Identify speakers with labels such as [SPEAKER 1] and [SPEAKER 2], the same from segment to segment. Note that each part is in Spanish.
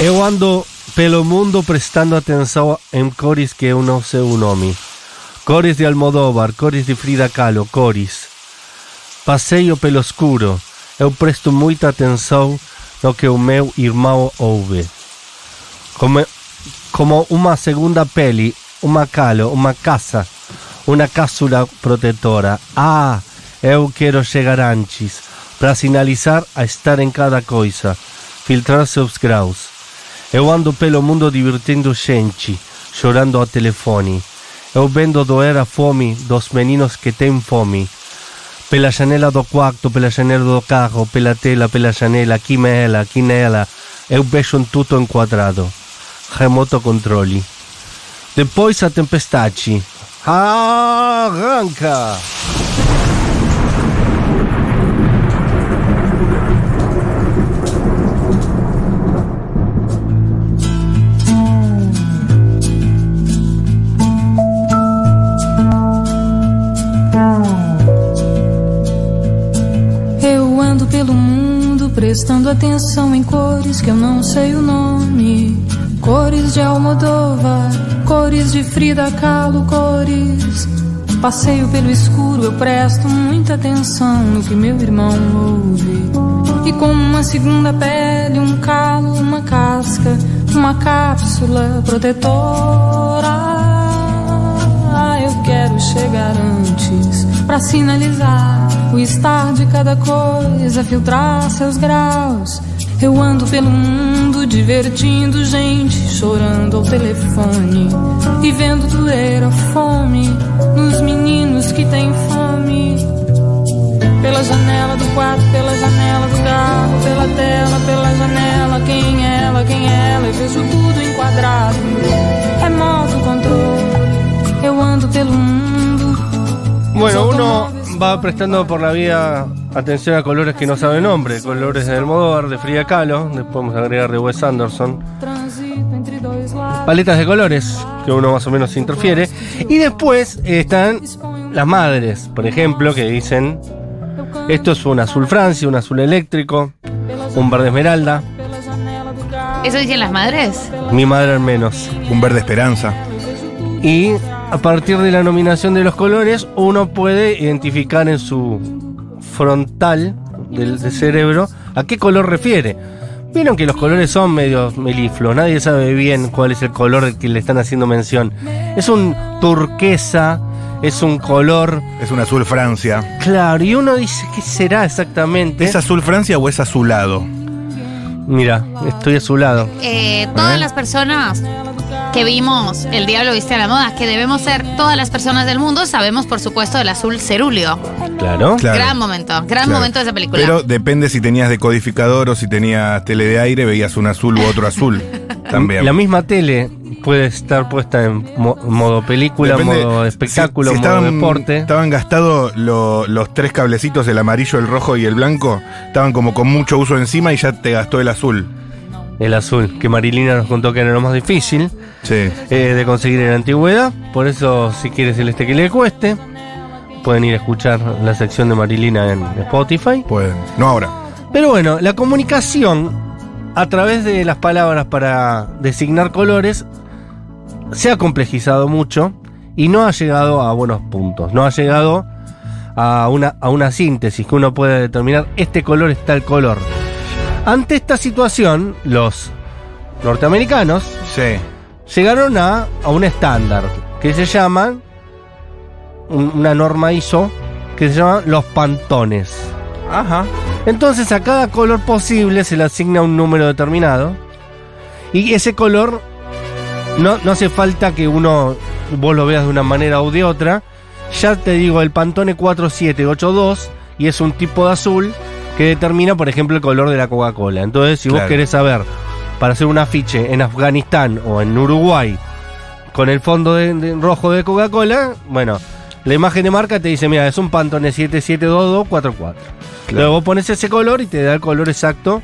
[SPEAKER 1] Eu ando pelo mundo prestando atenção em cores que eu não sei o nome. Cores de Almodóvar, cores de Frida Kahlo, cores. Passeio pelo escuro. Eu presto muita atenção no que o meu irmão ouve. Como, como uma segunda pele, uma calo, uma casa, uma cápsula protetora. Ah, eu quero chegar antes, para sinalizar a estar em cada coisa, filtrar seus graus. Eu ando pelo mundo divertindo gente, chorando ao telefone. Eu vendo doer a fome dos meninos que têm fome. Pela janela do quarto, pela janela do carro, pela tela, pela janela, aqui nela, aqui nela. Eu vejo um tudo enquadrado. Remoto controle. Depois a tempestade. Arranca!
[SPEAKER 2] Eu ando pelo mundo prestando atenção em cores que eu não sei o nome. Cores de Almodóvar, cores de Frida Kahlo, cores. Passeio pelo escuro, eu presto muita atenção no que meu irmão ouve. E como uma segunda pele, um calo, uma casca, uma cápsula protetora. Ah, eu quero chegar antes pra sinalizar o estar de cada coisa, filtrar seus graus. Eu ando pelo mundo divertindo gente, chorando ao telefone e vendo doer a fome nos meninos que têm fome. Pela janela do quarto, pela janela do carro, pela tela, pela janela, quem é ela, quem é ela, eu vejo tudo enquadrado. Remoto controle, eu ando pelo mundo
[SPEAKER 1] Bueno, uno va prestando por la vía atención a colores que no sabe el nombre. Colores de Almodóvar, de Frida Kahlo, después vamos a agregar de Wes Anderson.
[SPEAKER 2] Transito entre dois lados.
[SPEAKER 1] Paletas de colores, que uno más o menos se interfiere. Y después están las madres, por ejemplo, que dicen, esto es un azul Francia, un azul eléctrico, un verde esmeralda,
[SPEAKER 3] ¿Eso dicen las madres?
[SPEAKER 1] mi madre al menos.
[SPEAKER 4] Un verde esperanza.
[SPEAKER 1] Y a partir de la nominación de los colores, uno puede identificar en su frontal del, del cerebro a qué color refiere. Vieron que los colores son medios melifluos, nadie sabe bien cuál es el color del que le están haciendo mención. Es un turquesa, es un color
[SPEAKER 4] Es un azul Francia.
[SPEAKER 1] claro, y uno dice, ¿qué será
[SPEAKER 3] ¿Eh?
[SPEAKER 1] exactamente?
[SPEAKER 4] ¿Es azul Francia o es azulado?
[SPEAKER 1] Mira, estoy a su lado.
[SPEAKER 3] Eh, todas las personas que vimos El Diablo Viste a la Moda, que debemos ser todas las personas del mundo, sabemos por supuesto del azul cerúleo.
[SPEAKER 1] Claro.
[SPEAKER 4] Claro.
[SPEAKER 3] Gran momento, gran
[SPEAKER 4] Claro.
[SPEAKER 3] momento de esa película.
[SPEAKER 4] Pero depende si tenías decodificador o si tenías tele de aire, veías un azul u otro azul. También.
[SPEAKER 1] La misma tele puede estar puesta en mo- modo película,
[SPEAKER 4] Depende-
[SPEAKER 1] modo
[SPEAKER 4] si-
[SPEAKER 1] espectáculo,
[SPEAKER 4] si
[SPEAKER 1] modo
[SPEAKER 4] estaban,
[SPEAKER 1] deporte.
[SPEAKER 4] Estaban gastados lo- los tres cablecitos, el amarillo, el rojo y el blanco. Estaban como con mucho uso encima y ya te gastó el azul.
[SPEAKER 1] El azul, que Marilina nos contó que era lo más difícil
[SPEAKER 4] Sí.
[SPEAKER 1] eh, de conseguir en la antigüedad. Por eso, si quieres el este que le cueste, pueden ir a escuchar la sección de Marilina en Spotify.
[SPEAKER 4] Pues, no ahora.
[SPEAKER 1] Pero bueno, la comunicación a través de las palabras para designar colores se ha complejizado mucho y no ha llegado a buenos puntos. No ha llegado a una, a una síntesis que uno pueda determinar este color es tal color. Ante esta situación, los norteamericanos
[SPEAKER 4] Sí.
[SPEAKER 1] llegaron a, a un estándar que se llama un- una norma ISO que se llama los pantones.
[SPEAKER 4] Ajá.
[SPEAKER 1] Entonces a cada color posible se le asigna un número determinado. Y ese color no, no hace falta que uno vos lo veas de una manera o de otra. Ya te digo, el Pantone 4782 y es un tipo de azul que determina, por ejemplo, el color de la Coca-Cola. Entonces, si vos
[SPEAKER 4] Claro.
[SPEAKER 1] querés saber, para hacer un afiche en Afganistán o en Uruguay, con el fondo de- de- rojo de Coca-Cola, bueno, la imagen de marca te dice, mira, es un Pantone 772244. Luego vos pones ese color y te da el color exacto,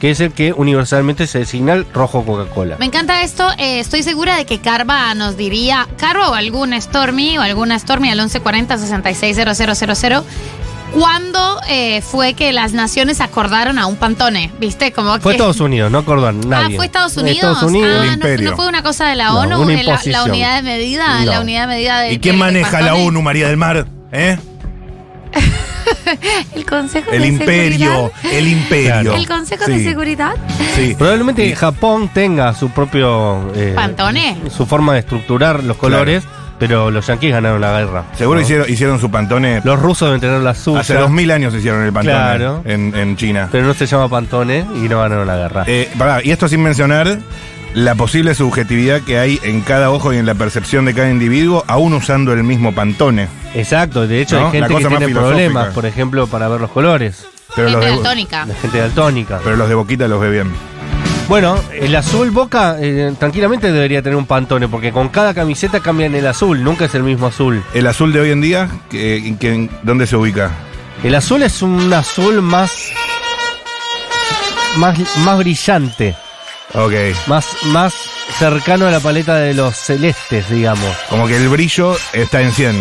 [SPEAKER 1] que es el que universalmente se designa el rojo Coca-Cola.
[SPEAKER 3] Me encanta esto. eh, estoy segura de que Carva nos diría, Carva o alguna Stormy o alguna Stormy al 1140 660000 ¿Cuándo eh, fue que las naciones acordaron a un pantone? ¿Viste? Como
[SPEAKER 1] Fue
[SPEAKER 3] que-
[SPEAKER 1] Estados Unidos, no acordón,
[SPEAKER 3] Ah,
[SPEAKER 1] nadie.
[SPEAKER 3] ¿fue Estados Unidos?
[SPEAKER 1] Estados Unidos.
[SPEAKER 3] Ah,
[SPEAKER 4] El
[SPEAKER 3] no- no,
[SPEAKER 4] imperio.
[SPEAKER 3] fue una cosa de la
[SPEAKER 1] No,
[SPEAKER 3] ONU?
[SPEAKER 1] una
[SPEAKER 3] de la, la
[SPEAKER 1] imposición.
[SPEAKER 3] unidad de medida,
[SPEAKER 1] No.
[SPEAKER 3] la unidad de medida de...
[SPEAKER 5] ¿Y quién
[SPEAKER 3] del
[SPEAKER 5] maneja la
[SPEAKER 3] pantone?
[SPEAKER 5] ONU, María del Mar? ¿Eh?
[SPEAKER 3] El Consejo
[SPEAKER 5] El
[SPEAKER 3] de
[SPEAKER 5] imperio,
[SPEAKER 3] Seguridad.
[SPEAKER 5] el imperio.
[SPEAKER 3] El Consejo de
[SPEAKER 4] Sí.
[SPEAKER 3] Seguridad. Ah.
[SPEAKER 5] Sí.
[SPEAKER 1] Probablemente Japón tenga su propio. eh,
[SPEAKER 3] Pantone.
[SPEAKER 1] Su forma de estructurar los colores, pero los yanquis ganaron la guerra.
[SPEAKER 4] Seguro
[SPEAKER 1] ¿no?
[SPEAKER 4] hicieron, hicieron su pantone.
[SPEAKER 1] Los rusos deben tener la suya.
[SPEAKER 4] Hace dos mil años hicieron el pantone
[SPEAKER 1] Claro.
[SPEAKER 4] en, en China.
[SPEAKER 1] Pero no se llama Pantone y no ganaron la guerra.
[SPEAKER 4] Eh, pará, y esto sin mencionar la posible subjetividad que hay en cada ojo y en la percepción de cada individuo, aún usando el mismo pantone.
[SPEAKER 1] Exacto, de hecho
[SPEAKER 4] ¿no?
[SPEAKER 1] hay gente
[SPEAKER 4] La
[SPEAKER 1] que
[SPEAKER 4] cosa más
[SPEAKER 1] tiene
[SPEAKER 4] filosófica.
[SPEAKER 1] problemas, por ejemplo, para ver los colores.
[SPEAKER 4] Pero los,
[SPEAKER 3] Gente
[SPEAKER 4] de,
[SPEAKER 3] daltónica.
[SPEAKER 1] La gente daltónica.
[SPEAKER 4] pero los de boquita los ve bien.
[SPEAKER 1] Bueno, el azul Boca eh, tranquilamente debería tener un Pantone, porque con cada camiseta cambian el azul, nunca es el mismo azul.
[SPEAKER 4] El azul de hoy en día, que- en- que- en- ¿dónde se ubica?
[SPEAKER 1] El azul es un azul más. más, más brillante,
[SPEAKER 4] Ok.
[SPEAKER 1] más, más cercano a la paleta de los celestes, digamos.
[SPEAKER 4] Como que el brillo está en 100.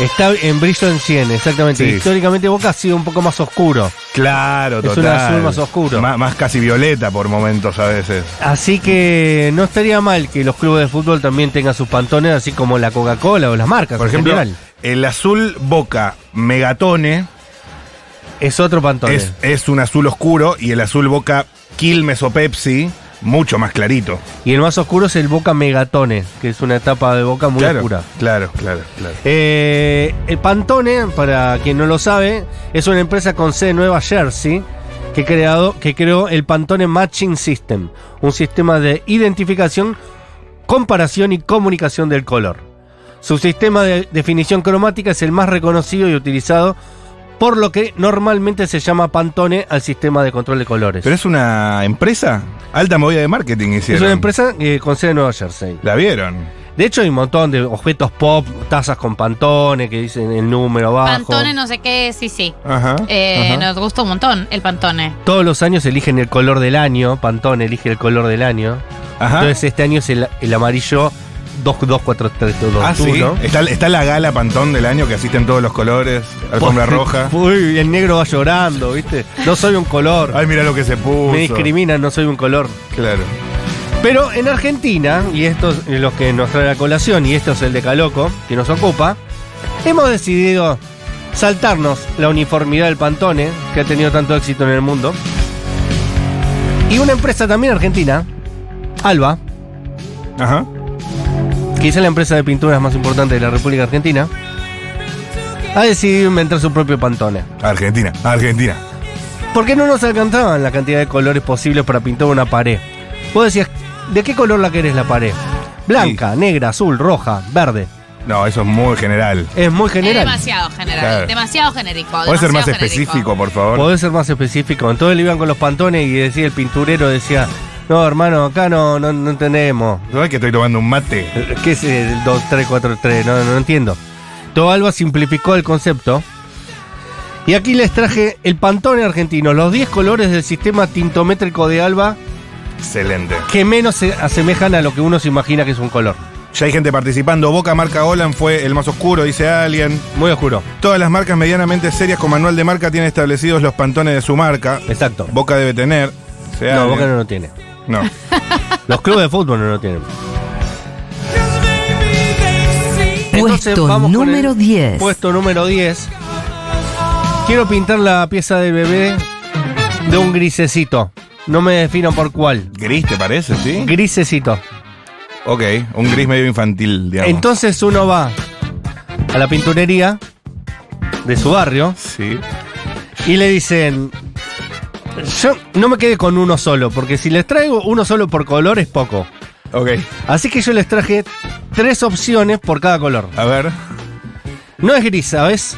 [SPEAKER 1] Está en brillo en 100, exactamente.
[SPEAKER 4] Sí.
[SPEAKER 1] Históricamente Boca ha sido un poco más oscuro.
[SPEAKER 4] Claro,
[SPEAKER 1] Es un
[SPEAKER 4] total.
[SPEAKER 1] azul más oscuro.
[SPEAKER 4] Má- más casi violeta por momentos a veces.
[SPEAKER 1] Así que no estaría mal que los clubes de fútbol también tengan sus pantones, así como la Coca-Cola o las marcas.
[SPEAKER 4] Por
[SPEAKER 1] en
[SPEAKER 4] ejemplo,
[SPEAKER 1] general.
[SPEAKER 4] el azul boca megatone
[SPEAKER 1] es otro pantone.
[SPEAKER 4] es, es un azul oscuro y el azul boca Quilmes o Pepsi, mucho más clarito.
[SPEAKER 1] Y el más oscuro es el Boca Megatone, que es una etapa de Boca muy
[SPEAKER 4] claro,
[SPEAKER 1] oscura.
[SPEAKER 4] Claro, claro, claro.
[SPEAKER 1] Eh, el Pantone, para quien no lo sabe, es una empresa con sede en Nueva Jersey que, creado, que creó el Pantone Matching System, un sistema de identificación, comparación y comunicación del color. Su sistema de definición cromática es el más reconocido y utilizado, por lo que normalmente se llama Pantone al sistema de control de colores.
[SPEAKER 4] Pero es una empresa, alta movida de marketing hicieron.
[SPEAKER 1] es una empresa eh, con sede en Nueva Jersey.
[SPEAKER 4] La vieron.
[SPEAKER 1] De hecho, hay un montón de objetos pop, tazas con pantone que dicen el número abajo.
[SPEAKER 3] Pantone, no sé qué, sí, sí.
[SPEAKER 4] Ajá.
[SPEAKER 3] Eh,
[SPEAKER 4] ajá.
[SPEAKER 3] Nos gusta un montón el Pantone.
[SPEAKER 1] Todos los años eligen el color del año. Pantone elige el color del año.
[SPEAKER 4] Ajá.
[SPEAKER 1] Entonces, este año es el, el amarillo 224321.
[SPEAKER 4] Ah, sí. Está, está la gala Pantón del año que asisten todos los colores, alfombra roja.
[SPEAKER 1] Uy, el negro va llorando, ¿viste? No soy un color.
[SPEAKER 4] Ay, mira lo que se puso.
[SPEAKER 1] Me discriminan, no soy un color.
[SPEAKER 4] Claro.
[SPEAKER 1] Pero en Argentina, y esto es lo que nos trae a colación, y esto es el de Caloco, que nos ocupa, hemos decidido saltarnos la uniformidad del Pantone, que ha tenido tanto éxito en el mundo. Y una empresa también argentina, Alba,
[SPEAKER 4] Ajá.
[SPEAKER 1] que es la empresa de pinturas más importante de la República Argentina, ha decidido inventar su propio Pantone.
[SPEAKER 4] Argentina, Argentina.
[SPEAKER 1] Porque no nos alcanzaban la cantidad de colores posibles para pintar una pared. Vos decías, ¿de qué color la querés la pared? Blanca, negra, azul, roja, verde.
[SPEAKER 4] No, eso es muy general.
[SPEAKER 1] Es muy
[SPEAKER 3] Es
[SPEAKER 1] general.
[SPEAKER 3] demasiado general,
[SPEAKER 4] Claro.
[SPEAKER 3] demasiado genérico.
[SPEAKER 4] ¿Puedes ser
[SPEAKER 3] demasiado
[SPEAKER 4] más
[SPEAKER 3] genérico.
[SPEAKER 4] específico, por favor?
[SPEAKER 1] Podés ser más específico. Entonces le iban con los pantones y decía el pinturero, decía, no hermano, acá no, no, no entendemos.
[SPEAKER 4] ¿Sabes que estoy tomando un mate?
[SPEAKER 1] Eh, ¿Qué es el 2, 3, 4, 3? No, no entiendo. Todo Alba simplificó el concepto. Y aquí les traje el pantone argentino, los 10 colores del sistema tintométrico de Alba
[SPEAKER 4] Excelente.
[SPEAKER 1] que menos se asemejan a lo que uno se imagina que es un color.
[SPEAKER 4] Ya hay gente participando. Boca marca Olan fue el más oscuro, dice alguien.
[SPEAKER 1] Muy oscuro.
[SPEAKER 4] Todas las marcas medianamente serias con manual de marca tienen establecidos los pantones de su marca.
[SPEAKER 1] Exacto.
[SPEAKER 4] Boca debe tener. dice
[SPEAKER 1] No,
[SPEAKER 4] alguien.
[SPEAKER 1] Boca no lo tiene.
[SPEAKER 4] No.
[SPEAKER 1] Los clubes de fútbol no lo tienen. Entonces,
[SPEAKER 6] Puesto
[SPEAKER 1] vamos con el
[SPEAKER 6] número 10.
[SPEAKER 1] Puesto número 10. Quiero pintar la pieza de bebé de un grisecito. No me defino por cuál.
[SPEAKER 4] Gris, ¿te parece? Sí.
[SPEAKER 1] Grisecito.
[SPEAKER 4] Ok, un gris medio infantil, digamos.
[SPEAKER 1] Entonces uno va a la pinturería de su barrio
[SPEAKER 4] Sí.
[SPEAKER 1] y le dicen, yo no me quedé con uno solo, porque si les traigo uno solo por color es poco.
[SPEAKER 4] Ok,
[SPEAKER 1] Así que yo les traje tres opciones por cada color.
[SPEAKER 4] a ver.
[SPEAKER 1] No es gris, ¿sabes?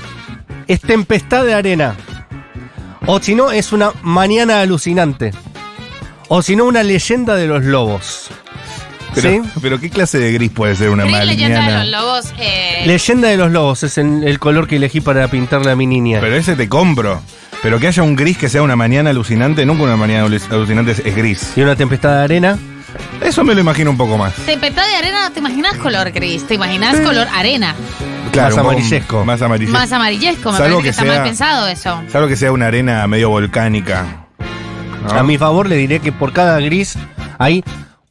[SPEAKER 1] Es tempestad de arena. O si no, es una mañana alucinante. O si no, una leyenda de los lobos.
[SPEAKER 4] Pero,
[SPEAKER 1] ¿Sí?
[SPEAKER 4] pero ¿qué clase de gris puede ser una
[SPEAKER 3] Gris leyenda de los
[SPEAKER 4] mañana?
[SPEAKER 3] lobos. eh,
[SPEAKER 1] Leyenda de los lobos es el, el color que elegí para pintarle a mi niña.
[SPEAKER 4] Pero ese te compro. Pero que haya un gris que sea una mañana alucinante, nunca una mañana alu- alucinante es, es gris.
[SPEAKER 1] Y una tempestad de arena.
[SPEAKER 4] Eso me lo imagino un poco más.
[SPEAKER 3] Tempestad de arena, no te imaginas color gris, te imaginas color arena.
[SPEAKER 1] más amarillesco.
[SPEAKER 4] Más amarillesco.
[SPEAKER 3] Más amarillesco, me
[SPEAKER 4] Salvo
[SPEAKER 3] parece que,
[SPEAKER 4] que
[SPEAKER 3] está
[SPEAKER 4] sea-
[SPEAKER 3] mal pensado eso.
[SPEAKER 4] Salvo que sea una arena medio volcánica. ¿no?
[SPEAKER 1] A mi favor le diré que por cada gris hay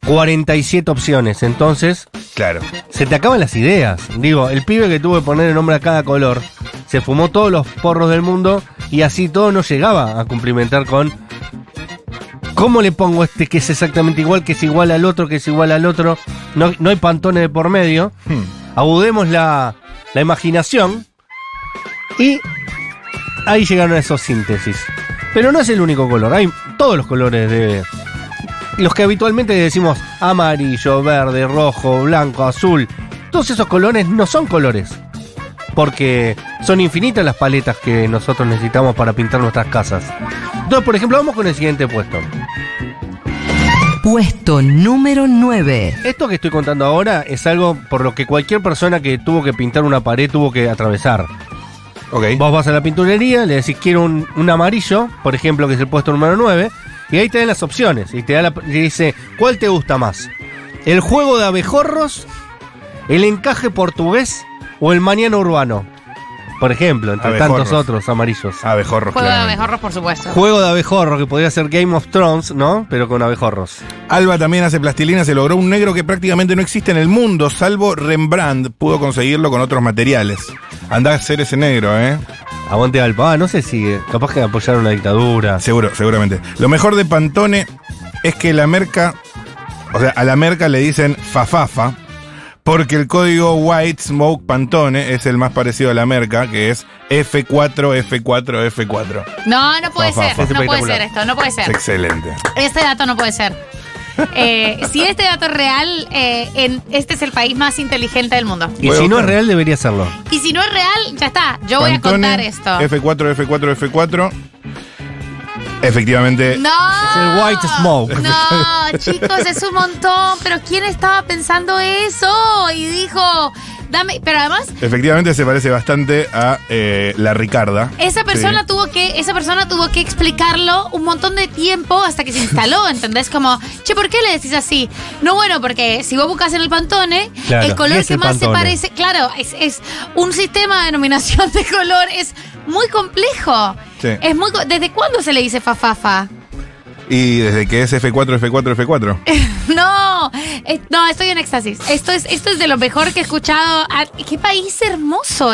[SPEAKER 1] 47 opciones. Entonces,
[SPEAKER 4] Claro.
[SPEAKER 1] se te acaban las ideas. Digo, el pibe que tuvo que poner el nombre a cada color se fumó todos los porros del mundo y así todo no llegaba a cumplimentar con. ¿Cómo le pongo a este que es exactamente igual, que es igual al otro, que es igual al otro? No, no hay pantones de por medio.
[SPEAKER 4] Hmm.
[SPEAKER 1] Agudemos la, la imaginación y ahí llegaron a esos síntesis. Pero no es el único color, hay todos los colores de. Los que habitualmente decimos amarillo, verde, rojo, blanco, azul. Todos esos colores no son colores. Porque son infinitas las paletas que nosotros necesitamos para pintar nuestras casas. Entonces, por ejemplo, vamos con el siguiente puesto.
[SPEAKER 6] Puesto número 9.
[SPEAKER 1] Esto que estoy contando ahora es algo por lo que cualquier persona que tuvo que pintar una pared tuvo que atravesar.
[SPEAKER 4] Ok.
[SPEAKER 1] Vos vas a la pinturería, le decís quiero un, un amarillo, por ejemplo, que es el puesto número 9, y ahí te dan las opciones, y te, da la- y dice, ¿cuál te gusta más? ¿El juego de abejorros? ¿El encaje portugués? ¿O el mañana urbano? Por ejemplo, entre
[SPEAKER 4] Abejorros.
[SPEAKER 1] tantos otros amarillos.
[SPEAKER 4] Abejorros,
[SPEAKER 3] Juego de
[SPEAKER 4] claramente.
[SPEAKER 3] abejorros, por supuesto.
[SPEAKER 1] Juego de abejorros, que podría ser Game of Thrones, ¿no? Pero con abejorros.
[SPEAKER 4] Alba también hace plastilina, se logró un negro que prácticamente no existe en el mundo, salvo Rembrandt pudo conseguirlo con otros materiales. Andá a hacer ese negro, ¿eh?
[SPEAKER 1] Aguante Alpa, ah, no sé si eh, capaz que apoyaron la dictadura.
[SPEAKER 4] Seguro, seguramente. Lo mejor de Pantone es que la merca, o sea, a la merca le dicen fafafa, porque el código White Smoke Pantone es el más parecido a la merca, que es F4F4F4.
[SPEAKER 3] No, no puede
[SPEAKER 4] Fa, fa,
[SPEAKER 3] ser,
[SPEAKER 4] fa.
[SPEAKER 1] Es
[SPEAKER 3] no puede
[SPEAKER 1] espectacular.
[SPEAKER 3] ser esto, no puede
[SPEAKER 4] Es
[SPEAKER 3] ser.
[SPEAKER 4] excelente.
[SPEAKER 3] Este dato no puede ser. Eh, si este dato es real, eh, en, este es el país más inteligente del mundo.
[SPEAKER 1] Y
[SPEAKER 4] Voy a
[SPEAKER 1] si no es
[SPEAKER 4] buscar.
[SPEAKER 1] real, debería serlo.
[SPEAKER 3] Y si no es real, ya está. Yo voy a
[SPEAKER 4] Pantone,
[SPEAKER 3] contar esto.
[SPEAKER 4] F4, F4, F4. Efectivamente.
[SPEAKER 3] No.
[SPEAKER 1] Es el white smoke.
[SPEAKER 3] No, chicos, es un montón. Pero ¿quién estaba pensando eso? Y dijo, dame. Pero además,
[SPEAKER 4] Efectivamente se parece bastante a eh, la Ricarda.
[SPEAKER 3] esa persona
[SPEAKER 4] Sí.
[SPEAKER 3] tuvo que, esa persona tuvo que explicarlo un montón de tiempo hasta que se instaló, ¿entendés? Como, che, ¿por qué le decís así? No, bueno, porque si vos buscas en el pantone,
[SPEAKER 1] Claro,
[SPEAKER 3] el color
[SPEAKER 1] es
[SPEAKER 3] que
[SPEAKER 1] el
[SPEAKER 3] más
[SPEAKER 1] Pantone.
[SPEAKER 3] se parece, claro, es, es un sistema de denominación de color, es muy complejo.
[SPEAKER 4] Sí.
[SPEAKER 3] Es muy co- ¿Desde cuándo se le dice fafafa?
[SPEAKER 4] Y desde que es F4, F4, F4.
[SPEAKER 3] No, eh, no, estoy en éxtasis. Esto es, esto es de lo mejor que he escuchado. Ah, qué país hermoso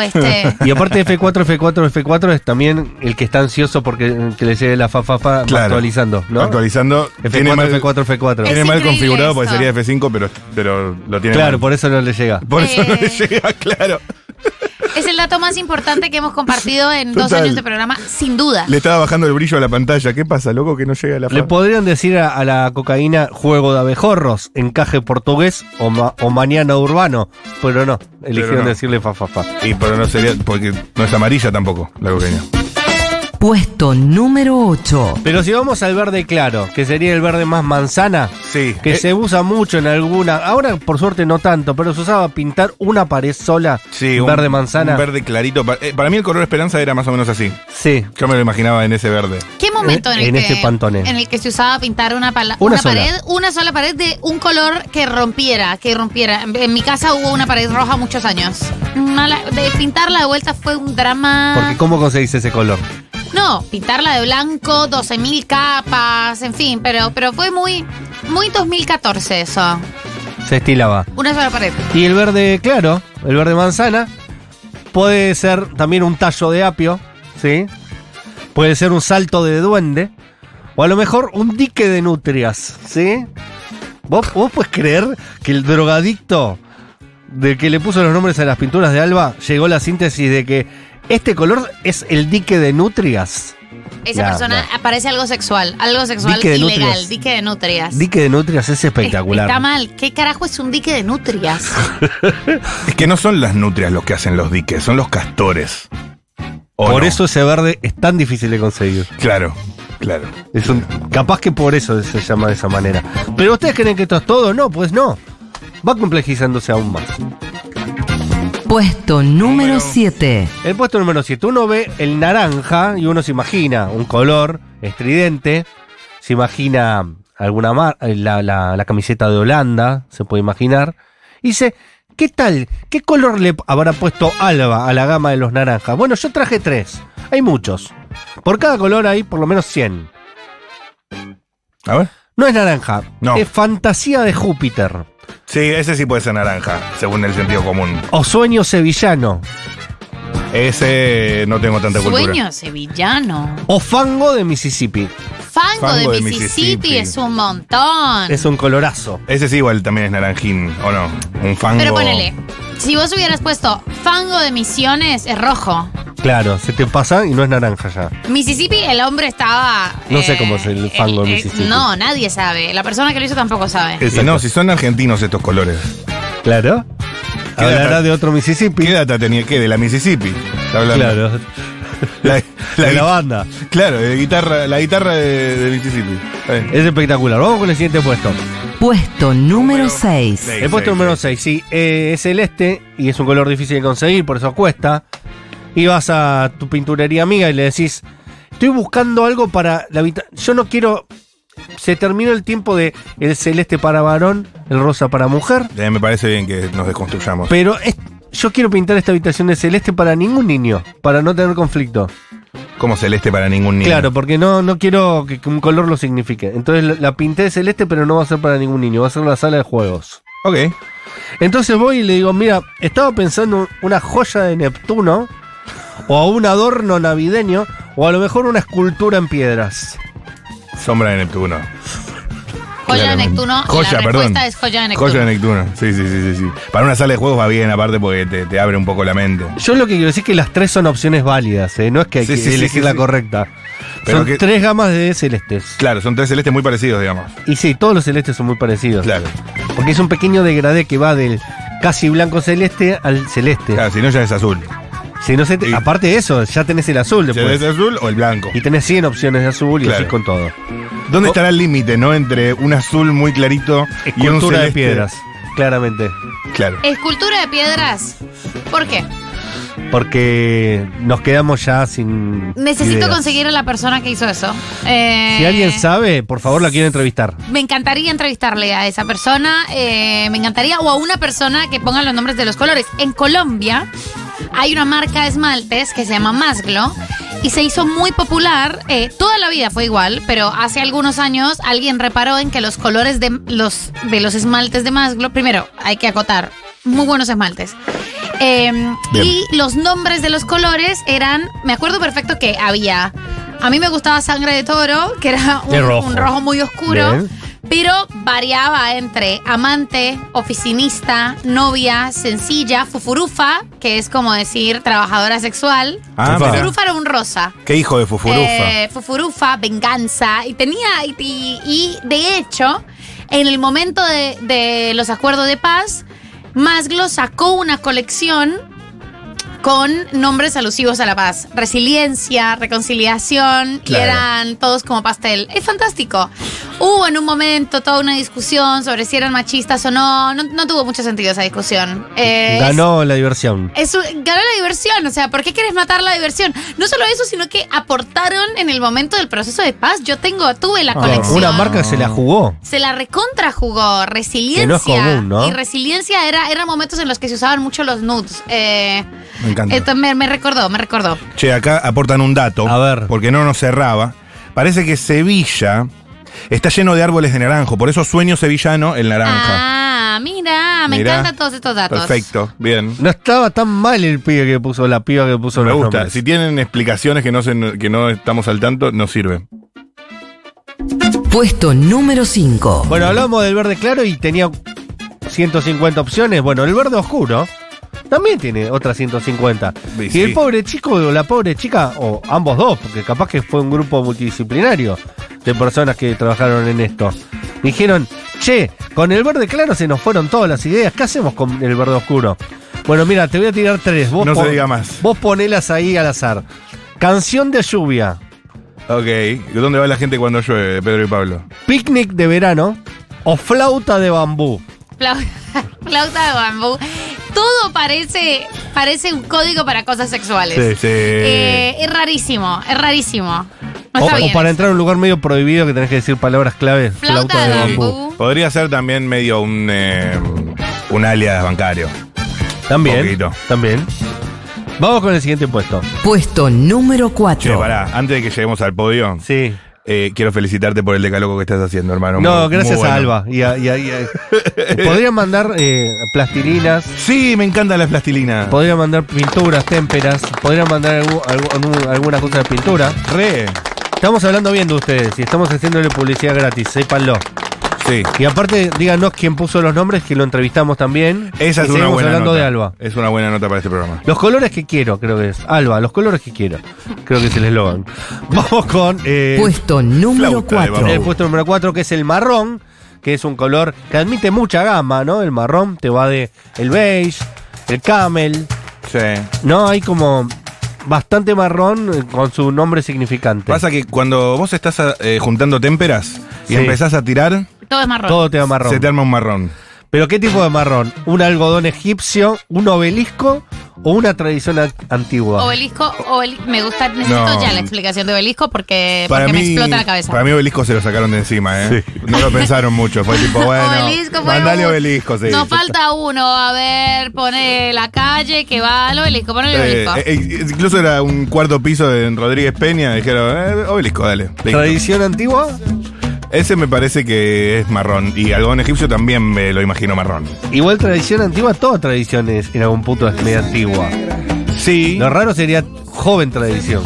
[SPEAKER 3] este.
[SPEAKER 1] Y aparte F4, F4, F4 es también el que está ansioso porque eh, que le llegue la fafafa
[SPEAKER 4] Claro.
[SPEAKER 1] actualizando, ¿no?
[SPEAKER 4] Actualizando. tiene mal,
[SPEAKER 1] F4, F4, F4.
[SPEAKER 4] tiene
[SPEAKER 3] Es
[SPEAKER 4] mal
[SPEAKER 3] increíble
[SPEAKER 4] configurado porque
[SPEAKER 3] esto.
[SPEAKER 4] sería F5, pero, pero lo tiene
[SPEAKER 1] Claro,
[SPEAKER 4] mal.
[SPEAKER 1] por eso no le llega.
[SPEAKER 4] Por eso no
[SPEAKER 3] Eh.
[SPEAKER 4] le llega, claro.
[SPEAKER 3] Es el dato más importante que hemos compartido en dos
[SPEAKER 4] Total.
[SPEAKER 3] años de programa, sin duda.
[SPEAKER 4] Le estaba bajando el brillo a la pantalla. ¿Qué pasa, loco, que no llega la
[SPEAKER 1] Le
[SPEAKER 4] fa-
[SPEAKER 1] podrían decir a, a la cocaína juego de abejorros, encaje portugués o, ma- o mañana urbano, pero no, eligieron
[SPEAKER 4] no.
[SPEAKER 1] decirle fafafa.
[SPEAKER 4] Y pero no sería, porque no es amarilla tampoco, la cocaína.
[SPEAKER 6] Puesto número 8.
[SPEAKER 1] Pero si vamos al verde claro, que sería el verde más manzana,
[SPEAKER 4] Sí.
[SPEAKER 1] que
[SPEAKER 4] Eh,
[SPEAKER 1] se usa mucho en alguna, ahora por suerte no tanto, pero se usaba pintar una pared sola,
[SPEAKER 4] sí, un-
[SPEAKER 1] verde manzana.
[SPEAKER 4] un verde clarito. Pa- eh, Para mí el color esperanza era más o menos así.
[SPEAKER 1] Sí,
[SPEAKER 4] Yo me lo imaginaba en ese verde.
[SPEAKER 3] ¿Qué momento en el,
[SPEAKER 1] En
[SPEAKER 3] que,
[SPEAKER 1] este Pantone.
[SPEAKER 3] en el que se usaba pintar una, pala-
[SPEAKER 1] Una
[SPEAKER 3] una
[SPEAKER 1] sola.
[SPEAKER 3] pared, una sola pared de un color que rompiera, que rompiera? En, en mi casa hubo una pared roja muchos años. No la- de pintarla de vuelta fue un drama.
[SPEAKER 1] porque ¿cómo conseguís ese color?
[SPEAKER 3] No, pintarla de blanco, 12.000 capas, en fin, pero, pero fue muy, muy 2014 eso.
[SPEAKER 1] Se estilaba.
[SPEAKER 3] Una sola pared.
[SPEAKER 1] Y el verde claro, el verde manzana, puede ser también un tallo de apio, ¿sí? Puede ser un salto de duende, o a lo mejor un dique de nutrias, ¿sí? ¿Vos, vos puedes creer que el drogadicto del que le puso los nombres a las pinturas de Alba llegó a la síntesis de que este color es el dique de nutrias?
[SPEAKER 3] Esa
[SPEAKER 1] Ya,
[SPEAKER 3] persona aparece algo sexual, algo sexual
[SPEAKER 1] Dique de
[SPEAKER 3] ilegal,
[SPEAKER 1] nutrias.
[SPEAKER 3] dique de nutrias.
[SPEAKER 1] Dique de nutrias es espectacular.
[SPEAKER 3] Está mal. ¿Qué carajo es un dique de nutrias?
[SPEAKER 4] Es que no son las nutrias los que hacen los diques, son los castores. ¿O
[SPEAKER 1] Por
[SPEAKER 4] no?
[SPEAKER 1] eso ese verde es tan difícil de conseguir.
[SPEAKER 4] Claro, claro.
[SPEAKER 1] Es un- capaz que por eso se llama de esa manera. Pero ustedes creen que esto es todo, no, pues no. Va complejizándose aún más.
[SPEAKER 6] Puesto número 7.
[SPEAKER 1] El puesto número 7. Uno ve el naranja y uno se imagina un color estridente. Se imagina alguna mar- eh, la, la- la camiseta de Holanda, se puede imaginar. Y dice, ¿qué tal? ¿Qué color le habrá puesto Alba a la gama de los naranjas? Bueno, yo traje tres. Hay muchos. Por cada color hay por lo menos 100.
[SPEAKER 4] A ver.
[SPEAKER 1] No es naranja.
[SPEAKER 4] No.
[SPEAKER 1] Es fantasía de Júpiter.
[SPEAKER 4] Sí, ese sí puede ser naranja, según el sentido común.
[SPEAKER 1] O sueño sevillano.
[SPEAKER 4] Ese no tengo tanta cultura.
[SPEAKER 3] Sueño sevillano.
[SPEAKER 1] O fango de Mississippi.
[SPEAKER 3] Fango,
[SPEAKER 4] Fango
[SPEAKER 3] de,
[SPEAKER 4] de
[SPEAKER 3] Mississippi,
[SPEAKER 4] Mississippi.
[SPEAKER 3] es un montón.
[SPEAKER 1] Es un colorazo.
[SPEAKER 4] Ese sí igual también es naranjín, ¿o no? Un fango.
[SPEAKER 3] Pero ponele, si vos hubieras puesto fango de misiones, es rojo.
[SPEAKER 1] Claro, se te pasa y no es naranja ya.
[SPEAKER 3] Mississippi, el hombre estaba. eh,
[SPEAKER 1] No sé cómo es el fango de Mississippi. Eh,
[SPEAKER 3] no, nadie sabe. La persona que lo hizo tampoco sabe.
[SPEAKER 4] Y no, si son argentinos estos colores.
[SPEAKER 1] Claro.
[SPEAKER 4] ¿Qué
[SPEAKER 1] Hablará
[SPEAKER 4] data?
[SPEAKER 1] de otro Mississippi.
[SPEAKER 4] ¿Qué data tenía? ¿Qué? De la Mississippi. Está hablando.
[SPEAKER 1] Claro.
[SPEAKER 4] La, la
[SPEAKER 1] de la
[SPEAKER 4] gui-
[SPEAKER 1] banda.
[SPEAKER 4] Claro, de guitarra, la guitarra de, de Mississippi. Está bien.
[SPEAKER 1] Es espectacular. Vamos con el siguiente puesto.
[SPEAKER 6] Puesto número
[SPEAKER 4] Número
[SPEAKER 6] 6.
[SPEAKER 4] seis.
[SPEAKER 1] El puesto número 6, sí, eh, es celeste y es un color difícil de conseguir, por eso cuesta. Y vas a tu pinturería amiga y le decís, estoy buscando algo para la habitación. Yo no quiero... Se terminó el tiempo de el celeste para varón, el rosa para mujer,
[SPEAKER 4] Ya Eh, me parece bien que nos desconstruyamos.
[SPEAKER 1] pero es- yo quiero pintar esta habitación de celeste para ningún niño, para no tener conflicto.
[SPEAKER 4] Como celeste para ningún niño.
[SPEAKER 1] Claro, porque no, no quiero que, que un color lo signifique. Entonces la, la pinté de celeste, pero no va a ser para ningún niño, va a ser la sala de juegos.
[SPEAKER 4] Ok.
[SPEAKER 1] Entonces voy y le digo, mira, estaba pensando en una joya de Neptuno, o a un adorno navideño, o a lo mejor una escultura en piedras.
[SPEAKER 4] Sombra de Neptuno.
[SPEAKER 3] Joya de
[SPEAKER 4] Claramente.
[SPEAKER 3] Neptuno. y
[SPEAKER 4] Joya,
[SPEAKER 3] la
[SPEAKER 4] perdón.
[SPEAKER 3] respuesta es joya de Neptuno.
[SPEAKER 4] Joya de Neptuno. Sí, sí, sí, sí, sí. Para una sala de juegos va bien, aparte, porque te, te abre un poco la mente.
[SPEAKER 1] Yo lo que quiero decir es que las tres son opciones válidas, ¿eh? no es que hay
[SPEAKER 4] Sí,
[SPEAKER 1] que
[SPEAKER 4] sí, sí,
[SPEAKER 1] elegir
[SPEAKER 4] sí,
[SPEAKER 1] la
[SPEAKER 4] sí.
[SPEAKER 1] correcta.
[SPEAKER 4] Pero
[SPEAKER 1] son
[SPEAKER 4] que-
[SPEAKER 1] tres gamas de celestes.
[SPEAKER 4] Claro, son tres celestes muy parecidos, digamos.
[SPEAKER 1] Y sí, todos los celestes son muy parecidos.
[SPEAKER 4] Claro.
[SPEAKER 1] Porque es un pequeño degradé que va del casi blanco celeste al celeste.
[SPEAKER 4] Claro, si no ya es azul.
[SPEAKER 1] Si no se te-
[SPEAKER 4] Y-
[SPEAKER 1] Aparte de eso, ya tenés el azul
[SPEAKER 4] Ya
[SPEAKER 1] después.
[SPEAKER 4] es azul o el blanco.
[SPEAKER 1] Y tenés 100 opciones de azul y
[SPEAKER 4] Claro.
[SPEAKER 1] así con todo.
[SPEAKER 4] ¿Dónde estará el límite, no? Entre un azul muy clarito y un
[SPEAKER 1] Escultura de
[SPEAKER 4] celeste?
[SPEAKER 1] piedras, claramente.
[SPEAKER 4] Claro.
[SPEAKER 3] Escultura de piedras. ¿Por qué?
[SPEAKER 1] Porque nos quedamos ya sin.
[SPEAKER 3] Necesito
[SPEAKER 1] ideas.
[SPEAKER 3] conseguir a la persona que hizo eso. Eh,
[SPEAKER 1] Si alguien sabe, por favor la quiero entrevistar.
[SPEAKER 3] Me encantaría entrevistarle a esa persona. eh, me encantaría. O a una persona que ponga los nombres de los colores. En Colombia hay una marca de esmaltes que se llama Masglo. Y se hizo muy popular. eh, toda la vida fue igual. Pero hace algunos años alguien reparó en que los colores de los, de los esmaltes de Masglo. Primero, hay que acotar. Muy buenos esmaltes. Eh,
[SPEAKER 4] Bien.
[SPEAKER 3] y los nombres de los colores eran. Me acuerdo perfecto que había. A mí me gustaba sangre de toro, que era un,
[SPEAKER 1] De rojo.
[SPEAKER 3] un rojo muy oscuro,
[SPEAKER 1] Bien.
[SPEAKER 3] pero variaba entre amante, oficinista, novia, sencilla, fufurufa, que es como decir trabajadora sexual.
[SPEAKER 4] Ah,
[SPEAKER 1] Fufa.
[SPEAKER 4] mira.
[SPEAKER 3] Fufurufa era un rosa.
[SPEAKER 4] ¿Qué hijo de Fufurufa?
[SPEAKER 3] Eh, fufurufa, venganza. Y tenía. Y, y- y de hecho, en el momento de, de los acuerdos de paz, Maslow sacó una colección con nombres alusivos a la paz. Resiliencia, reconciliación, y
[SPEAKER 4] Claro.
[SPEAKER 3] eran todos como pastel. Es fantástico. Hubo en un momento toda una discusión sobre si eran machistas o no. No, no tuvo mucho sentido esa discusión. Eh, es-
[SPEAKER 1] Ganó la diversión.
[SPEAKER 3] eso, ganó la diversión, o sea, ¿por qué quieres matar la diversión? No solo eso, sino que aportaron en el momento del proceso de paz. Yo tengo, tuve la colección.
[SPEAKER 1] Ah, Una marca que se la jugó.
[SPEAKER 3] Se la recontra jugó, resiliencia.
[SPEAKER 1] Que no es común, ¿no?
[SPEAKER 3] Y resiliencia era, eran momentos en los que se usaban mucho los nudes. Eh,
[SPEAKER 4] Me encanta.
[SPEAKER 3] esto me, me recordó, me recordó.
[SPEAKER 4] Che, acá aportan un dato.
[SPEAKER 1] A ver.
[SPEAKER 4] Porque no nos cerraba. Parece que Sevilla está lleno de árboles de naranjo. Por eso sueño sevillano el naranja.
[SPEAKER 3] Ah, mira, me
[SPEAKER 4] Mirá.
[SPEAKER 3] encantan todos estos datos.
[SPEAKER 4] Perfecto, bien.
[SPEAKER 1] No estaba tan mal el pibe que puso, la piba que puso
[SPEAKER 4] Me
[SPEAKER 1] los
[SPEAKER 4] gusta.
[SPEAKER 1] nombres.
[SPEAKER 4] Si tienen explicaciones que no, se- que no estamos al tanto, nos sirve.
[SPEAKER 6] Puesto número 5.
[SPEAKER 1] Bueno, hablamos del verde claro y tenía 150 opciones. Bueno, el verde oscuro también tiene otras 150.
[SPEAKER 4] Y
[SPEAKER 1] Y
[SPEAKER 4] sí.
[SPEAKER 1] el pobre chico o la pobre chica, o ambos dos, porque capaz que fue un grupo multidisciplinario de personas que trabajaron en esto, dijeron, che, con el verde claro se nos fueron todas las ideas, ¿qué hacemos con el verde oscuro? Bueno, mira, te voy a tirar tres. Vos
[SPEAKER 4] No se
[SPEAKER 1] pon-
[SPEAKER 4] diga más.
[SPEAKER 1] Vos ponelas ahí al azar. Canción de lluvia,
[SPEAKER 4] Ok. ¿Y ¿Dónde va la gente cuando llueve, Pedro y Pablo?
[SPEAKER 1] picnic de verano o flauta de bambú.
[SPEAKER 3] Flau- Flauta de bambú. Todo parece, parece un código para cosas sexuales.
[SPEAKER 4] sí.
[SPEAKER 3] Eh, es rarísimo, es rarísimo. No
[SPEAKER 1] O,
[SPEAKER 3] Ah, está
[SPEAKER 1] o
[SPEAKER 3] bien.
[SPEAKER 1] para entrar a un lugar medio prohibido que tenés que decir palabras claves.
[SPEAKER 3] Flauta
[SPEAKER 1] Flauta,
[SPEAKER 3] de
[SPEAKER 1] de
[SPEAKER 3] bambú.
[SPEAKER 1] bambú.
[SPEAKER 4] Podría ser también medio un, eh, un alias bancario.
[SPEAKER 1] También.
[SPEAKER 4] Poquito.
[SPEAKER 1] También. Vamos con el siguiente puesto.
[SPEAKER 6] Puesto número
[SPEAKER 4] Che,
[SPEAKER 6] 4.
[SPEAKER 4] pará, antes de que lleguemos al podio,
[SPEAKER 1] Sí.
[SPEAKER 4] eh, quiero felicitarte por el decalogo que estás haciendo, hermano.
[SPEAKER 1] No,
[SPEAKER 4] Muy-
[SPEAKER 1] gracias
[SPEAKER 4] muy
[SPEAKER 1] a
[SPEAKER 4] bueno.
[SPEAKER 1] Alba. Y a- y a- y a- podrían mandar eh, plastilinas,
[SPEAKER 4] Sí, me encantan las plastilinas.
[SPEAKER 1] podrían mandar pinturas, témperas, podrían mandar algu- algu- alguna cosa de pintura.
[SPEAKER 4] Re.
[SPEAKER 1] Estamos hablando bien de ustedes y estamos haciéndole publicidad gratis, sépanlo.
[SPEAKER 4] Sí.
[SPEAKER 1] Y aparte, díganos quién puso los nombres, que lo entrevistamos también.
[SPEAKER 4] Esa
[SPEAKER 1] Y
[SPEAKER 4] es una
[SPEAKER 1] seguimos
[SPEAKER 4] buena
[SPEAKER 1] hablando
[SPEAKER 4] nota.
[SPEAKER 1] de Alba.
[SPEAKER 4] Es una buena nota para este programa.
[SPEAKER 1] Los colores que quiero, creo que es. Alba, los colores que quiero. Creo que es el eslogan. Vamos con eh,
[SPEAKER 6] Puesto número
[SPEAKER 4] flauta de
[SPEAKER 6] 4.
[SPEAKER 1] el puesto número 4, que es el marrón, que es un color que admite mucha gama, ¿no? El marrón te va de el beige, el camel,
[SPEAKER 4] Sí.
[SPEAKER 1] ¿no? Hay como bastante marrón eh, con su nombre significante.
[SPEAKER 4] Pasa que cuando vos estás eh, juntando témperas y
[SPEAKER 1] Sí.
[SPEAKER 4] empezás a tirar,
[SPEAKER 3] Todo es marrón.
[SPEAKER 1] Todo te da marrón.
[SPEAKER 4] se te arma un marrón.
[SPEAKER 1] ¿Pero qué tipo de marrón? ¿Un algodón egipcio, un obelisco o una tradición a- antigua?
[SPEAKER 3] Obelisco, obeli- me gusta, necesito
[SPEAKER 4] No.
[SPEAKER 3] ya la explicación de obelisco porque, porque me explota la cabeza.
[SPEAKER 4] Para mí obelisco se lo sacaron de encima, ¿eh? No lo pensaron mucho. Fue tipo, bueno,
[SPEAKER 3] Obelisco fue
[SPEAKER 4] mandale
[SPEAKER 3] un-
[SPEAKER 4] obelisco. Sí.
[SPEAKER 3] No falta uno, a ver, pone la calle que va al obelisco, pone
[SPEAKER 4] Sí,
[SPEAKER 3] el obelisco.
[SPEAKER 4] eh, eh, incluso era un cuarto piso en Rodríguez Peña. Dijeron, eh, obelisco, dale. listo.
[SPEAKER 1] ¿Tradición antigua?
[SPEAKER 4] Ese me parece que es marrón. Y algodón egipcio también me lo imagino marrón.
[SPEAKER 1] Igual tradición antigua, toda tradición es en algún punto es medio antigua.
[SPEAKER 4] Sí.
[SPEAKER 1] Lo raro sería joven tradición.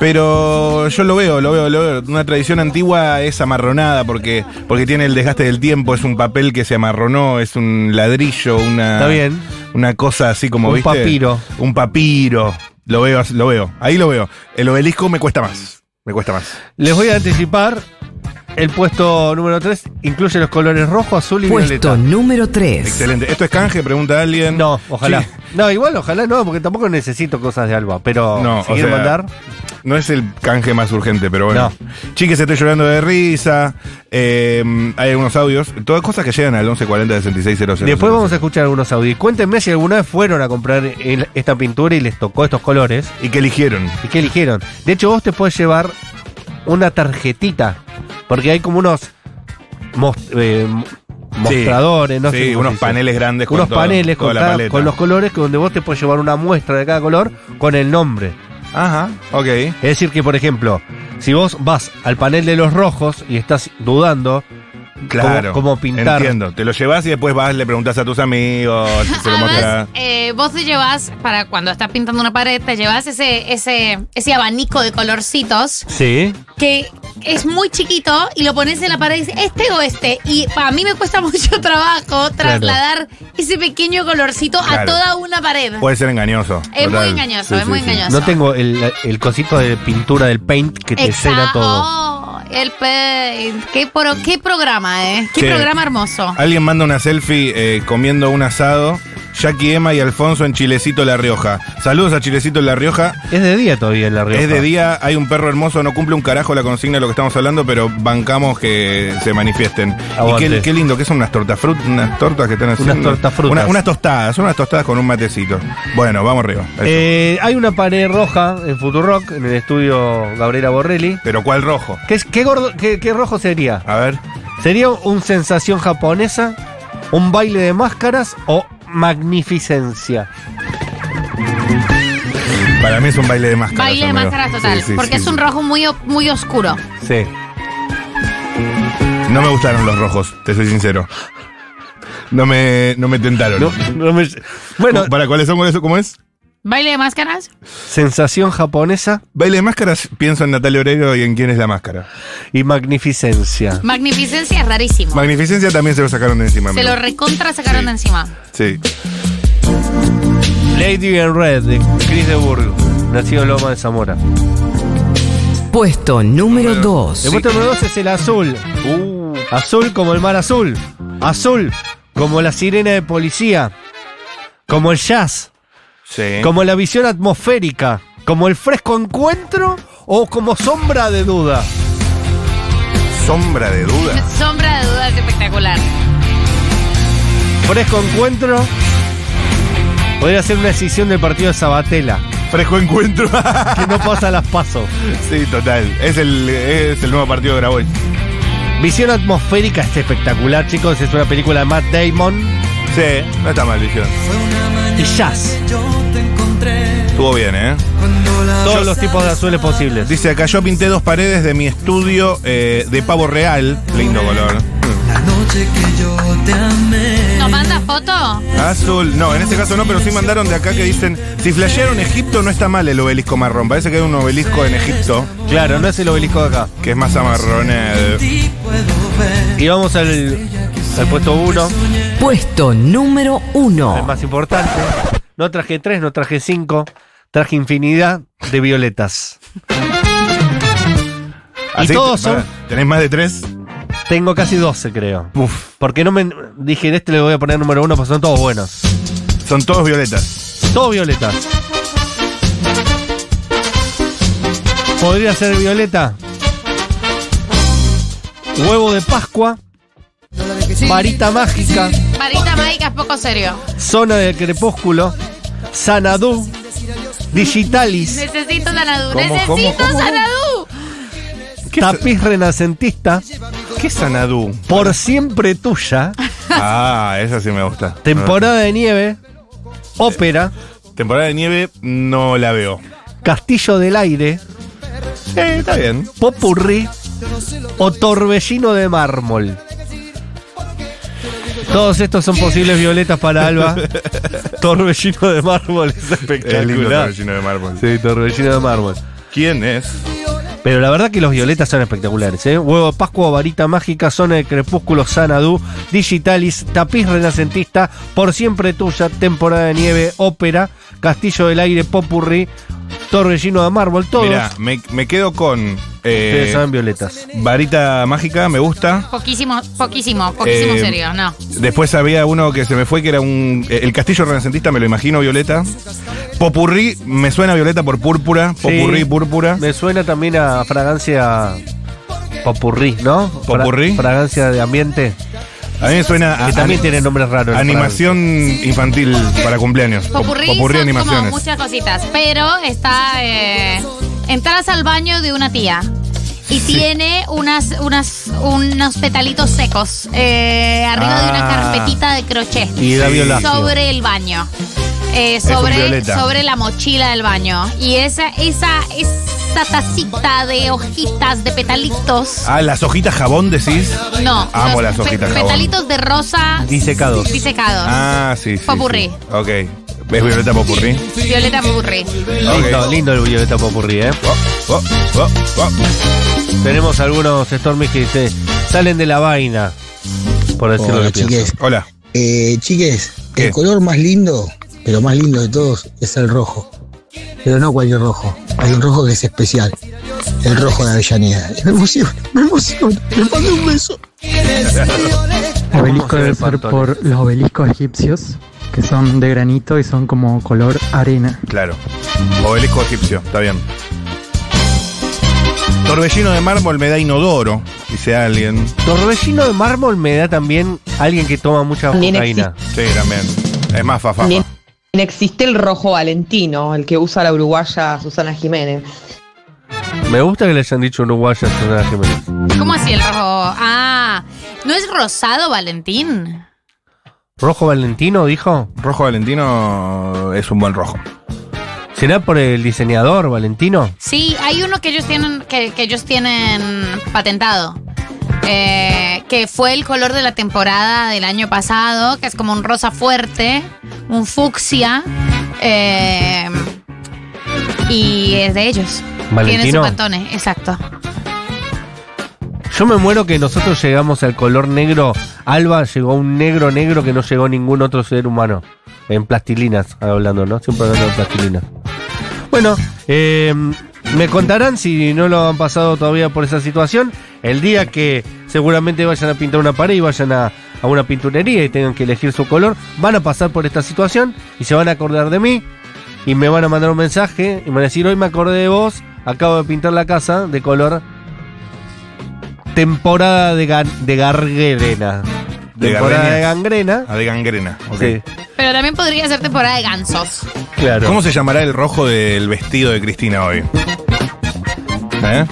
[SPEAKER 4] Pero yo lo veo, lo veo, lo veo. Una tradición antigua es amarronada porque, porque tiene el desgaste del tiempo, es un papel que se amarronó, es un ladrillo, una.
[SPEAKER 1] Está bien.
[SPEAKER 4] Una cosa así como
[SPEAKER 1] Un
[SPEAKER 4] ¿viste?
[SPEAKER 1] papiro.
[SPEAKER 4] Un papiro. Lo veo, lo veo. Ahí lo veo. El obelisco me cuesta más. Me cuesta más.
[SPEAKER 1] Les voy a anticipar. El puesto número 3 incluye los colores rojo, azul y
[SPEAKER 6] Puesto
[SPEAKER 1] violeta.
[SPEAKER 6] número 3.
[SPEAKER 4] Excelente. ¿Esto es canje? Pregunta alguien.
[SPEAKER 1] No, ojalá.
[SPEAKER 4] Sí.
[SPEAKER 1] No, igual ojalá no, porque tampoco necesito cosas de Alba. Pero
[SPEAKER 4] No,
[SPEAKER 1] si
[SPEAKER 4] o
[SPEAKER 1] quieren
[SPEAKER 4] sea,
[SPEAKER 1] mandar,
[SPEAKER 4] No es el canje más urgente, pero bueno. Chiques, estoy llorando de risa. Eh, hay algunos audios. Todas cosas que llegan al 1140 6600.
[SPEAKER 1] después vamos a escuchar algunos audios. Cuéntenme si alguna vez fueron a comprar el- esta pintura y les tocó estos colores.
[SPEAKER 4] ¿Y qué eligieron?
[SPEAKER 1] ¿Y qué eligieron? De hecho, vos te puedes llevar una tarjetita. Porque hay como unos mos- eh, mo- mostradores, no
[SPEAKER 4] sí,
[SPEAKER 1] sé cómo se
[SPEAKER 4] unos
[SPEAKER 1] dice.
[SPEAKER 4] paneles grandes con
[SPEAKER 1] Unos
[SPEAKER 4] todo-
[SPEAKER 1] paneles
[SPEAKER 4] toda
[SPEAKER 1] con,
[SPEAKER 4] la
[SPEAKER 1] cada-
[SPEAKER 4] paleta.
[SPEAKER 1] con los colores que donde vos te puedes llevar una muestra de cada color con el nombre.
[SPEAKER 4] Ajá, ok.
[SPEAKER 1] Es decir, que por ejemplo, si vos vas al panel de los rojos y estás dudando
[SPEAKER 4] Claro.
[SPEAKER 1] cómo, cómo pintar.
[SPEAKER 4] Entiendo. Te lo llevas y después vas, le preguntas a tus amigos, se lo
[SPEAKER 3] Además,
[SPEAKER 4] mostrás.
[SPEAKER 3] eh, vos te llevas, para cuando estás pintando una pared, te llevas ese, ese, ese abanico de colorcitos
[SPEAKER 1] Sí.
[SPEAKER 3] que es muy chiquito y lo pones en la pared y dices, este o este. Y para mí me cuesta mucho trabajo trasladar ese pequeño colorcito a
[SPEAKER 4] Claro.
[SPEAKER 3] toda una pared.
[SPEAKER 4] Puede ser engañoso.
[SPEAKER 3] es muy
[SPEAKER 4] total.
[SPEAKER 3] engañoso,
[SPEAKER 4] Sí,
[SPEAKER 3] es
[SPEAKER 4] sí,
[SPEAKER 3] muy
[SPEAKER 4] sí.
[SPEAKER 3] engañoso.
[SPEAKER 1] No tengo el, el cosito de pintura del paint que te
[SPEAKER 3] Exacto.
[SPEAKER 1] llena todo.
[SPEAKER 3] Oh, el paint. Qué, pro- qué programa, ¿eh? Qué
[SPEAKER 4] Sí.
[SPEAKER 3] programa hermoso.
[SPEAKER 4] Alguien manda una selfie eh, comiendo un asado. Jackie, Emma y Alfonso en Chilecito La Rioja. Saludos a Chilecito La Rioja.
[SPEAKER 1] Es de día todavía en la Rioja.
[SPEAKER 4] Es de día, hay un perro hermoso, no cumple un carajo la consigna de lo que estamos hablando, pero bancamos que se manifiesten.
[SPEAKER 1] Aguante.
[SPEAKER 4] Y qué, qué lindo, que son unas tortas frut- unas tortas que están haciendo.
[SPEAKER 1] tortafrutas.
[SPEAKER 4] Una- unas tostadas, son unas tostadas con un matecito. Bueno, vamos arriba. Eso.
[SPEAKER 1] Eh, hay una pared roja en Futurock, en el estudio Gabriela Borrelli.
[SPEAKER 4] pero ¿cuál rojo?
[SPEAKER 1] ¿Qué, es- qué gordo- qué- qué rojo sería?
[SPEAKER 4] A ver.
[SPEAKER 1] ¿Sería un sensación japonesa? ¿Un baile de máscaras o magnificencia?
[SPEAKER 4] Para mí es un baile de máscaras.
[SPEAKER 3] Baile de
[SPEAKER 4] amigo.
[SPEAKER 3] máscaras total.
[SPEAKER 4] Sí, sí,
[SPEAKER 3] porque
[SPEAKER 4] sí,
[SPEAKER 3] es un
[SPEAKER 4] sí.
[SPEAKER 3] rojo muy, o- muy oscuro.
[SPEAKER 1] Sí.
[SPEAKER 4] No me gustaron los rojos, te soy sincero. No me, no me tentaron.
[SPEAKER 1] No, no me- bueno,
[SPEAKER 4] ¿Para cuáles son? ¿Cuáles son? ¿Cómo es?
[SPEAKER 3] Baile de máscaras.
[SPEAKER 1] sensación japonesa
[SPEAKER 4] Baile de máscaras, pienso en Natalia Oreiro y en quién es la máscara.
[SPEAKER 1] y magnificencia.
[SPEAKER 3] Magnificencia es rarísimo.
[SPEAKER 4] Magnificencia también se lo sacaron de encima.
[SPEAKER 3] Se
[SPEAKER 4] amigo.
[SPEAKER 3] lo recontra sacaron
[SPEAKER 4] Sí.
[SPEAKER 3] de encima.
[SPEAKER 4] Sí.
[SPEAKER 1] Lady in Red de Chris de Burgos, nacido en Loma de Zamora.
[SPEAKER 6] Puesto número 2.
[SPEAKER 1] El puesto número 2 es el azul. Uh, Azul como el mar azul. Azul como la sirena de policía. Como el jazz.
[SPEAKER 4] Sí.
[SPEAKER 1] Como la visión atmosférica. Como el fresco encuentro o como sombra de duda.
[SPEAKER 4] Sombra de duda.
[SPEAKER 3] Sombra de dudas espectacular.
[SPEAKER 1] Fresco encuentro. Podría ser una decisión del partido de Sabatella.
[SPEAKER 4] Fresco encuentro.
[SPEAKER 1] Que no pasa las pasos.
[SPEAKER 4] sí, total. Es el, es el nuevo partido de Grabois.
[SPEAKER 1] Visión atmosférica está espectacular, chicos. Es una película de Matt Damon.
[SPEAKER 4] Sí, no está mal, dijeron.
[SPEAKER 2] Fue una
[SPEAKER 1] y jazz.
[SPEAKER 4] Estuvo bien, ¿eh?
[SPEAKER 1] Todos los tipos de azules posibles.
[SPEAKER 4] Dice acá, yo pinté dos paredes de mi estudio eh, de pavo real. Lindo color.
[SPEAKER 3] ¿Nos manda foto?
[SPEAKER 4] Azul. No, en este caso no, pero sí mandaron de acá que dicen, si flashearon Egipto no está mal el obelisco marrón. Parece que hay un obelisco en Egipto
[SPEAKER 1] Claro, no es el obelisco de acá.
[SPEAKER 4] que es más amarronado.
[SPEAKER 1] Y vamos al, al puesto 1,
[SPEAKER 6] Puesto número
[SPEAKER 1] el
[SPEAKER 6] 1.
[SPEAKER 1] más importante. No traje 3, no traje 5. Traje infinidad de violetas.
[SPEAKER 4] Así,
[SPEAKER 1] todos son-
[SPEAKER 4] pará, ¿Tenés más de tres?
[SPEAKER 1] Tengo casi 12, creo.
[SPEAKER 4] Uf,
[SPEAKER 1] Porque no me. Dije, en este le voy a poner número 1 porque son todos buenos.
[SPEAKER 4] son todos violetas.
[SPEAKER 1] Todo violeta. Podría ser violeta. Huevo de Pascua. Varita mágica.
[SPEAKER 3] Varita mágica es poco serio.
[SPEAKER 1] Zona del crepúsculo. Sanadú. Digitalis.
[SPEAKER 3] Necesito Sanadú.
[SPEAKER 4] ¿Cómo, cómo,
[SPEAKER 3] Necesito
[SPEAKER 4] cómo?
[SPEAKER 3] Sanadú.
[SPEAKER 1] Tapiz renacentista.
[SPEAKER 4] ¿Qué es Anadú?
[SPEAKER 1] Por siempre tuya.
[SPEAKER 4] Ah, esa sí me gusta.
[SPEAKER 1] Temporada de nieve. Ópera.
[SPEAKER 4] Temporada de nieve no la veo.
[SPEAKER 1] Castillo del aire.
[SPEAKER 4] Sí, está bien.
[SPEAKER 1] Popurrí o Torbellino de Mármol. Todos estos son posibles violetas para Alba. Torbellino de mármol es
[SPEAKER 4] Es lindo
[SPEAKER 1] espectacular.
[SPEAKER 4] torbellino de mármol.
[SPEAKER 1] Sí, torbellino de mármol.
[SPEAKER 4] ¿Quién es?
[SPEAKER 1] Pero la verdad que los violetas son espectaculares. ¿eh? Huevo de Pascua, varita mágica, zona de crepúsculo, Sanadú, Digitalis, tapiz renacentista, por siempre tuya, temporada de nieve, ópera, castillo del aire, popurrí, torbellino de mármol. Todos
[SPEAKER 4] Mirá, me, me quedo con
[SPEAKER 1] ustedes
[SPEAKER 4] eh,
[SPEAKER 1] saben violetas.
[SPEAKER 4] varita mágica, me gusta.
[SPEAKER 3] Poquísimo, poquísimo, poquísimo
[SPEAKER 4] Eh,
[SPEAKER 3] serio, no.
[SPEAKER 4] Después había uno que se me fue que era un. eh, El castillo renacentista, me lo imagino, violeta. Popurrí, me suena violeta por púrpura. Popurrí, púrpura.
[SPEAKER 1] Me suena también a fragancia popurrí, ¿no? Fra-
[SPEAKER 4] Popurrí.
[SPEAKER 1] fragancia de ambiente.
[SPEAKER 4] A mí me suena a.
[SPEAKER 1] Que también
[SPEAKER 4] a-
[SPEAKER 1] tiene nombres raros. la
[SPEAKER 4] Animación infantil para cumpleaños.
[SPEAKER 3] Popurrí,
[SPEAKER 4] Popurrí
[SPEAKER 3] son como
[SPEAKER 4] animaciones.
[SPEAKER 3] muchas cositas, pero está... eh, entras al baño de una tía y tiene unas, unas, unos petalitos secos eh, arriba de una
[SPEAKER 4] Ah.
[SPEAKER 3] carpetita de crochet.
[SPEAKER 1] fragancia. Y da
[SPEAKER 4] Sí.
[SPEAKER 1] violáceo.
[SPEAKER 3] sobre el baño. Eh,
[SPEAKER 4] un
[SPEAKER 3] sobre,
[SPEAKER 4] violeta.
[SPEAKER 3] sobre la mochila del baño. Y esa, esa, esa tacita de hojitas, de petalitos.
[SPEAKER 4] Ah, las hojitas jabón decís.
[SPEAKER 3] no. los
[SPEAKER 4] amo las hojitas jabón.
[SPEAKER 3] Petalitos de rosa.
[SPEAKER 1] Disecados.
[SPEAKER 3] Disecados.
[SPEAKER 4] Ah, sí. sí
[SPEAKER 3] Popurrí.
[SPEAKER 4] sí. Ok. ¿Ves violeta popurrí?
[SPEAKER 3] Violeta Burri.
[SPEAKER 1] Lindo,
[SPEAKER 4] Ok.
[SPEAKER 1] lindo el violeta popurrí, ¿eh?
[SPEAKER 4] Oh, oh, oh, oh.
[SPEAKER 1] Tenemos algunos Stormies que se salen de la vaina. Por decirlo
[SPEAKER 7] Hola,
[SPEAKER 1] que pienso.
[SPEAKER 7] chiques.
[SPEAKER 4] Hola.
[SPEAKER 7] Eh, chiques,
[SPEAKER 4] ¿Qué?
[SPEAKER 7] el color más lindo, pero más lindo de todos, es el rojo. Pero no cualquier rojo. Hay un rojo que es especial. El rojo de Avellaneda. Me emociona, me emociona. Le mando un beso.
[SPEAKER 1] Obelisco
[SPEAKER 8] Obelisco
[SPEAKER 1] debe ser
[SPEAKER 8] debe ser
[SPEAKER 1] Pantone.
[SPEAKER 8] por los obeliscos egipcios, que son de granito y son como color arena.
[SPEAKER 4] Claro. Obelisco egipcio, está bien. Torbellino de mármol me da inodoro, dice alguien.
[SPEAKER 1] Torbellino de mármol me da también alguien que toma mucha
[SPEAKER 9] También
[SPEAKER 1] cocaína.
[SPEAKER 4] Sí, también. Es más fafafa.
[SPEAKER 9] Bien. Existe el rojo valentino, el que usa la uruguaya Susana Jiménez.
[SPEAKER 1] Me gusta que le hayan dicho uruguayas Susana Jiménez.
[SPEAKER 3] ¿Cómo así el rojo? Ah, ¿no es rosado, Valentín?
[SPEAKER 1] Rojo Valentino dijo.
[SPEAKER 4] Rojo Valentino es un buen rojo.
[SPEAKER 1] ¿Será por el diseñador Valentino?
[SPEAKER 3] Sí, hay uno que ellos tienen, que, que ellos tienen patentado. eh, que fue el color de la temporada del año pasado, que es como un rosa fuerte, un fucsia. eh, y es de ellos. Tiene su
[SPEAKER 1] Valentino.
[SPEAKER 3] pantone, exacto.
[SPEAKER 1] Yo me muero que nosotros llegamos al color negro. Alba llegó a un negro negro que no llegó a ningún otro ser humano. En plastilinas, hablando, ¿no? Siempre hablando de plastilinas. Bueno, eh, me contarán si no lo han pasado todavía por esa situación. El día que seguramente vayan a pintar una pared y vayan a, a una pinturería y tengan que elegir su color, van a pasar por esta situación y se van a acordar de mí. Y me van a mandar un mensaje y me van a decir, hoy me acordé de vos, acabo de pintar la casa de color temporada de, gan- de garguerena.
[SPEAKER 4] De
[SPEAKER 1] temporada de
[SPEAKER 4] gardenias.
[SPEAKER 1] gangrena.
[SPEAKER 4] Ah, de gangrena. ok.
[SPEAKER 1] Sí,
[SPEAKER 3] Pero también podría ser temporada de gansos.
[SPEAKER 1] claro.
[SPEAKER 4] ¿Cómo se llamará el rojo del vestido de Cristina hoy? ¿Eh?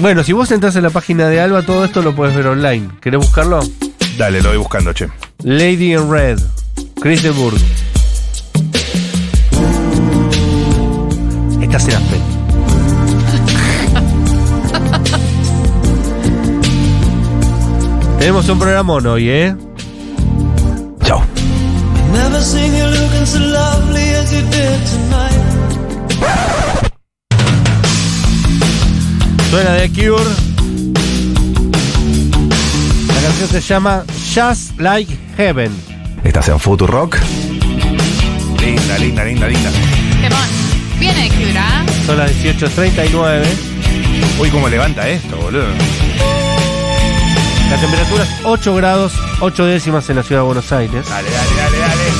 [SPEAKER 1] Bueno, si vos entras en la página de Alba, todo esto lo puedes ver online. ¿Querés buscarlo?
[SPEAKER 4] Dale, lo voy buscando, che.
[SPEAKER 1] Lady in Red, Chris de Burgh. Estás en aspecto. Tenemos un programa hoy, ¿eh? Chao. Suena de Cure. La canción se llama Just Like Heaven.
[SPEAKER 5] Estás en Futurock. Linda, linda, linda, linda.
[SPEAKER 3] Temón. Viene Cura.
[SPEAKER 1] Son las 18.39.
[SPEAKER 4] Uy, cómo levanta esto, boludo.
[SPEAKER 1] La temperatura es 8 grados, 8 décimas en la ciudad de Buenos Aires.
[SPEAKER 4] Dale, dale, dale,